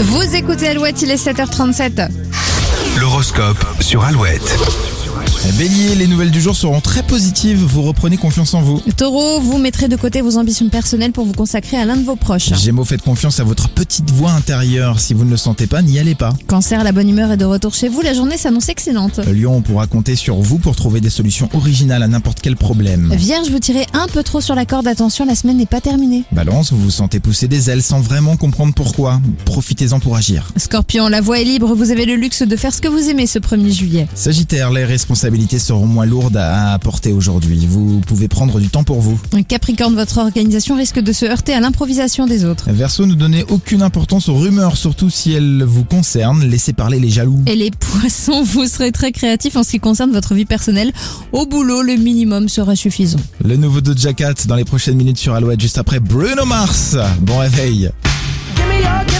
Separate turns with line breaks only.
Vous écoutez Alouette, il est 7h37.
L'horoscope sur Alouette.
Bélier, les nouvelles du jour seront très positives, vous reprenez confiance en vous.
Taureau, vous mettrez de côté vos ambitions personnelles pour vous consacrer à l'un de vos proches.
Gémeaux, faites confiance à votre petite voix intérieure, si vous ne le sentez pas, n'y allez pas.
Cancer, la bonne humeur est de retour chez vous, la journée s'annonce excellente.
Lyon, on pourra compter sur vous pour trouver des solutions originales à n'importe quel problème.
Vierge, vous tirez un peu trop sur la corde, attention, la semaine n'est pas terminée.
Balance, vous vous sentez pousser des ailes sans vraiment comprendre pourquoi. Profitez-en pour agir.
Scorpion, la voie est libre, vous avez le luxe de faire ce que vous aimez ce 1er juillet.
Sagittaire, les responsabilités seront moins lourdes à à apporter aujourd'hui. Vous pouvez prendre du temps pour vous.
Capricorne, votre organisation risque de se heurter à l'improvisation des autres.
Verseau, ne donnez aucune importance aux rumeurs, surtout si elles vous concernent. Laissez parler les jaloux.
Et les poissons, vous serez très créatifs en ce qui concerne votre vie personnelle. Au boulot, le minimum sera suffisant.
Le nouveau de Jacket dans les prochaines minutes sur Alouette, juste après Bruno Mars. Bon réveil.
Give me your, give